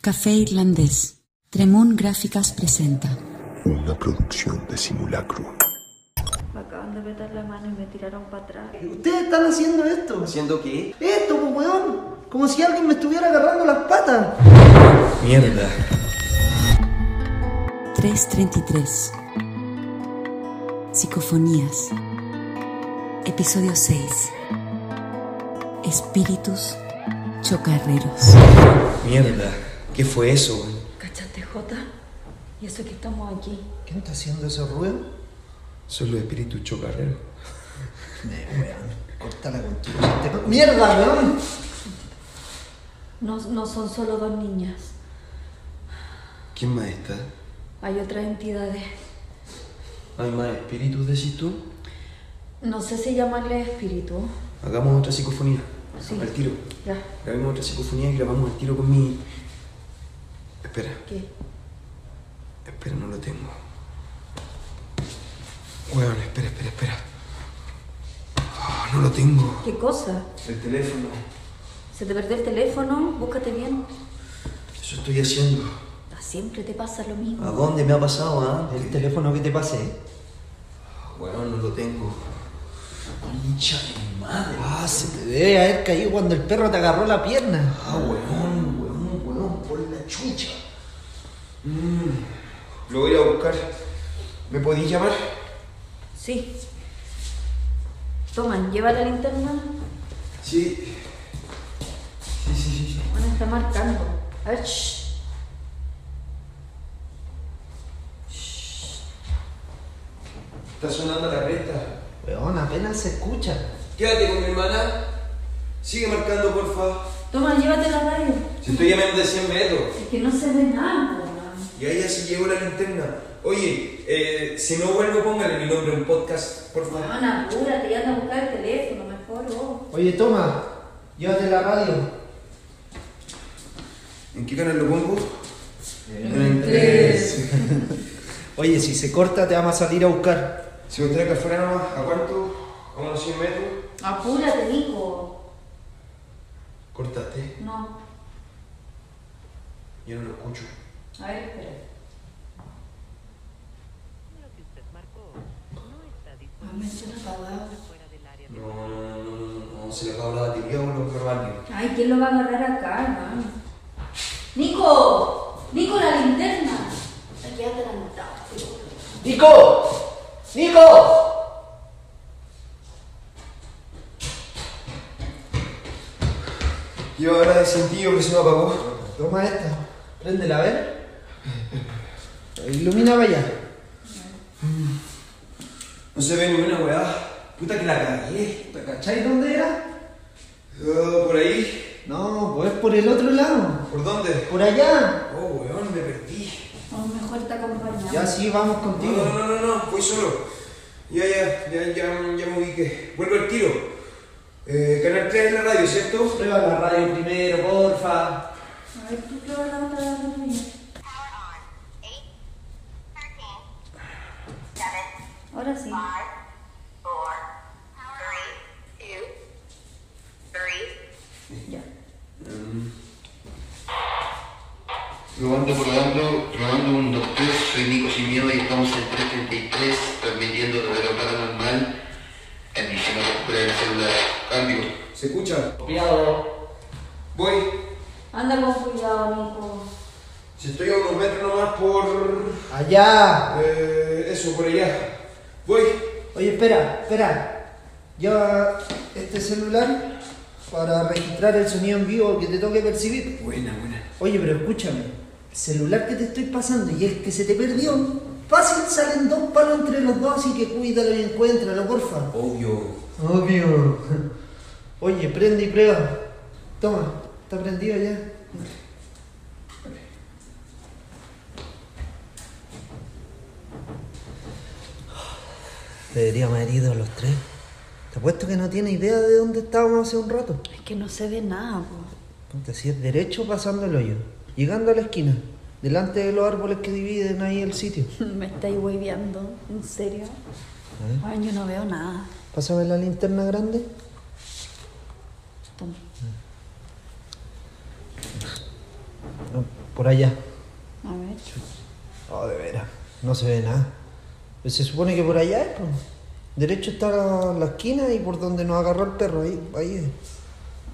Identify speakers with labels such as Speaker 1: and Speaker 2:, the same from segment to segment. Speaker 1: Café Irlandés. Tremón Gráficas presenta.
Speaker 2: Una producción de simulacro.
Speaker 3: Me acaban de meter la mano y me tiraron para atrás.
Speaker 4: Ustedes están haciendo esto.
Speaker 5: ¿Haciendo qué?
Speaker 4: Esto, pues, weón. Como si alguien me estuviera agarrando las patas.
Speaker 5: Mierda.
Speaker 1: 333. Psicofonías. Episodio 6. Espíritus chocarreros.
Speaker 5: Mierda. ¿Qué fue eso? weón?
Speaker 3: ¿Cachaste, Jota? Y eso que estamos aquí.
Speaker 4: ¿Quién está haciendo ese ruido?
Speaker 5: Son los espíritus chocarreros.
Speaker 4: Corta la contigo. ¡Mierda, weón!
Speaker 3: No, no son solo dos niñas.
Speaker 5: ¿Quién más está?
Speaker 3: Hay otras entidades.
Speaker 5: ¿Hay más espíritus, decís tú?
Speaker 3: No sé si llamarle espíritu.
Speaker 5: Hagamos otra psicofonía.
Speaker 3: Sí.
Speaker 5: Al tiro.
Speaker 3: Ya,
Speaker 5: Grabemos otra psicofonía y grabamos al tiro con mi... Espera.
Speaker 3: ¿qué?
Speaker 5: Espera, no lo tengo. Weón, espera, espera, espera. Ah, no lo tengo.
Speaker 3: ¿Qué cosa?
Speaker 5: El teléfono.
Speaker 3: ¿Se te perdió el teléfono? Búscate bien.
Speaker 5: Eso estoy haciendo.
Speaker 3: Ah, Siempre te pasa lo mismo.
Speaker 5: ¿A dónde me ha pasado, ah?
Speaker 4: El teléfono que te pasé.
Speaker 5: Weón, no lo tengo. Concha de madre.
Speaker 4: Ah, se te debe haber caído cuando el perro te agarró la pierna.
Speaker 5: Ah, weón, weón, weón, por la chucha. Mm, lo voy a ir a buscar. ¿Me podéis llamar?
Speaker 3: Sí. Toma, lleva la linterna.
Speaker 5: Sí. Sí, sí, sí. sí.
Speaker 3: Van a estar marcando. A ver, shh.
Speaker 5: Está sonando la cresta.
Speaker 4: Weón, apenas se escucha.
Speaker 5: Quédate con mi hermana. Sigue marcando, porfa.
Speaker 3: Toma, llévate la radio.
Speaker 5: Si estoy llamando de 100 metros.
Speaker 3: Es que no se ve nada.
Speaker 5: Y ahí así llegó la linterna. Oye, eh, si no vuelvo, póngale mi nombre en un podcast, por favor.
Speaker 3: Van apúrate, ya anda a buscar el teléfono, mejor vos.
Speaker 4: Oye, toma. Llévate la radio.
Speaker 5: ¿En qué canal lo pongo?
Speaker 3: En tres.
Speaker 4: Oye, si se corta te vamos a salir a buscar.
Speaker 5: Si me trae que fuera nomás, ¿a cuánto? ¿A unos 100 metros?
Speaker 3: Apúrate, hijo.
Speaker 5: Cortaste.
Speaker 3: No.
Speaker 5: Yo no lo escucho.
Speaker 3: A ver, espera.
Speaker 6: número que usted marcó no está
Speaker 3: Ah,
Speaker 6: disponible
Speaker 3: menciono apagado.
Speaker 6: fuera del área de
Speaker 5: No, no, no, no, no, no, se le acabó la batería o lo que alguien.
Speaker 3: Ay, ¿quién lo va a agarrar acá, hermano? ¡Nico! ¡Nico, la linterna! Aquí adelantado.
Speaker 4: ¡Nico! ¡Nico!
Speaker 5: Y ahora de sentido que se me apagó.
Speaker 4: Toma esta. Préndela, a ver. Ilumina para allá.
Speaker 5: No se ve ni una weá. Puta que la cagué.
Speaker 4: ¿Te cacháis dónde era?
Speaker 5: Ah, por ahí.
Speaker 4: No, pues por el otro lado.
Speaker 5: ¿Por dónde?
Speaker 4: Por allá.
Speaker 5: Oh, weón, me perdí.
Speaker 3: A lo mejor te acompañamos.
Speaker 4: Ya sí, vamos
Speaker 5: No, no,
Speaker 4: contigo.
Speaker 5: no, no, no, voy solo. Ya, ya, ya, ya, ya me ubiqué. Vuelvo al tiro. Eh, canal 3 en la radio, ¿cierto?
Speaker 4: Prueba la radio primero, porfa.
Speaker 3: A ver, tú prueba la otra la otra mía.
Speaker 7: Power on. 8, 13, 7,
Speaker 3: Ahora sí.
Speaker 7: 5, 4, 3, 2, 3.
Speaker 3: Ya.
Speaker 8: Probando, probando, probando un doctor, soy Nico Sin Miedo y estamos en 333 transmitiendo lo de lo paranormal en el sistema oscura del celular. Cambio.
Speaker 5: ¿Se escucha?
Speaker 4: Copiado.
Speaker 5: Voy.
Speaker 3: Anda con cuidado, Nico.
Speaker 5: Si estoy a unos metros nomás por...
Speaker 4: Allá.
Speaker 5: Eh, eso, por allá. Voy.
Speaker 4: Oye, espera, espera. Lleva este celular para registrar el sonido en vivo que te toque percibir.
Speaker 5: Buena, buena.
Speaker 4: Oye, pero escúchame. El celular que te estoy pasando y el que se te perdió. Fácil salen dos palos entre los dos, así que cuídalo y encuéntralo, porfa.
Speaker 5: Obvio.
Speaker 4: Obvio. Oye, prende y prueba. Toma, está prendido ya. Deberíamos haber ido los tres. Te apuesto que no tiene idea de dónde estábamos hace un rato.
Speaker 3: Es que no se ve nada, po.
Speaker 4: Ponte si es derecho pasando el hoyo, llegando a la esquina, delante de los árboles que dividen ahí el sitio.
Speaker 3: Me estáis hueveando. ¿En serio?
Speaker 5: ¿Eh?
Speaker 3: Ay, yo no veo nada.
Speaker 4: Pásame la linterna grande.
Speaker 3: Toma.
Speaker 4: No,
Speaker 9: por allá.
Speaker 3: A ver.
Speaker 9: Oh, de veras, no se ve nada. Pues se supone que por allá es, pues. Derecho está la, la esquina y por donde nos agarró el perro, ahí, ahí es.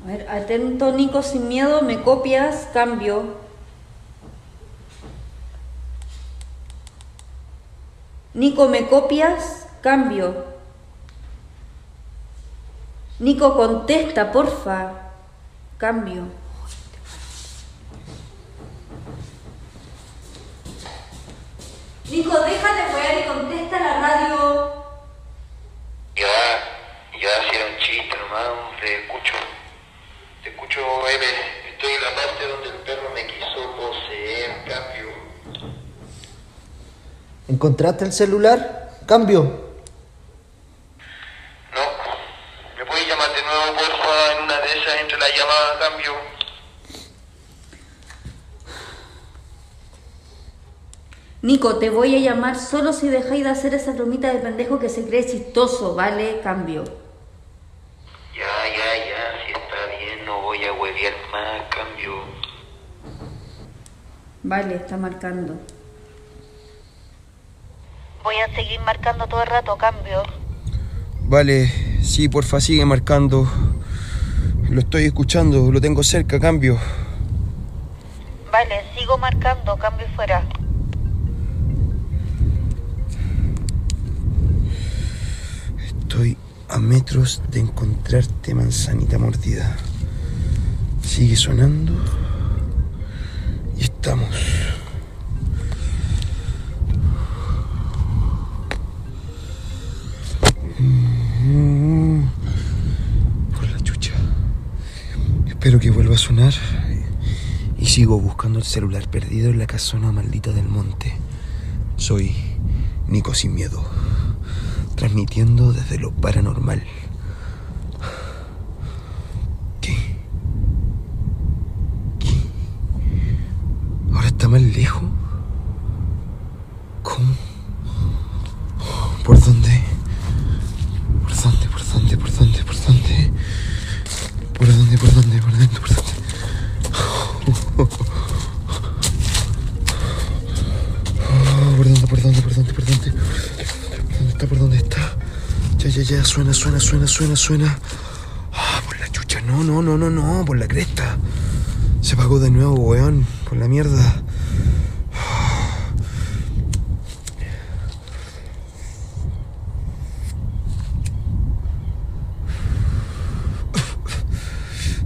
Speaker 3: A ver, atento, Nico, sin miedo, me copias, cambio. Nico, me copias, cambio. Nico, contesta, porfa. Cambio. Nico, déjate wear y contesta la radio.
Speaker 8: Ya, ya, si era un chiste nomás, te escucho. Te escucho, Eve. Estoy en la parte donde el perro me quiso poseer, cambio.
Speaker 9: ¿Encontraste el celular? Cambio.
Speaker 8: No, me puedes llamar de nuevo, porfa, en una de esas entre la llamada, cambio.
Speaker 3: Nico, te voy a llamar solo si dejáis de hacer esa bromita de pendejo que se cree chistoso, ¿vale? Cambio.
Speaker 8: Ya, ya, ya, si está bien, no voy a huevear más, cambio.
Speaker 3: Vale, está marcando.
Speaker 7: Voy a seguir marcando todo el rato, cambio.
Speaker 4: Vale, sí, porfa, sigue marcando. Lo estoy escuchando, lo tengo cerca, cambio.
Speaker 7: Vale, sigo marcando, cambio y fuera.
Speaker 4: Estoy a metros de encontrarte, manzanita mordida. Sigue sonando. Y estamos. Mm. Por la chucha. Espero que vuelva a sonar. Y sigo buscando el celular perdido en la casona maldita del monte. Soy Nico Sin Miedo, transmitiendo desde lo paranormal. ¿Qué? ¿Qué? ¿Ahora está más lejos? ¿Cómo? ¿Por dónde? ¿Por dónde? ¿Por dónde? ¿Por dónde? ¿Por dónde? ¿Por dónde? ¿Por dónde? ¿Por dónde? ¿Por dónde? Oh, ¿Por dónde? ¿Por dónde? ¿Por dónde? ¿Por dónde? ¿Dónde está? ¿Por dónde está? Ya, ya, ya, suena, suena, suena, suena, suena. Ah, por la chucha, no, no, no, no, no, por la cresta. Se apagó de nuevo, weón, por la mierda.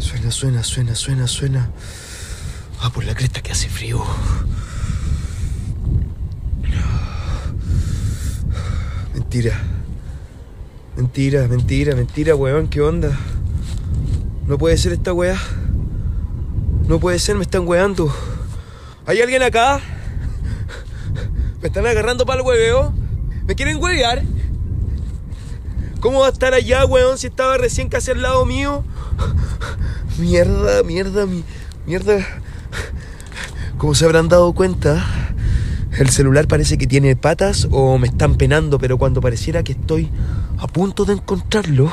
Speaker 4: Suena, suena, suena, suena, suena. Ah, por la cresta que hace frío. Mentira. Mentira, mentira, mentira, weón, ¿qué onda? No puede ser esta weá. No puede ser, me están weando. ¿Hay alguien acá? ¿Me están agarrando para el hueveo? ¿Me quieren huevear? ¿Cómo va a estar allá, weón, si estaba recién casi al lado mío? Mierda, mierda, mi, mierda. Como se habrán dado cuenta, el celular parece que tiene patas o me están penando, pero cuando pareciera que estoy a punto de encontrarlo,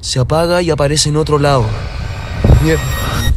Speaker 4: se apaga y aparece en otro lado. Mierda.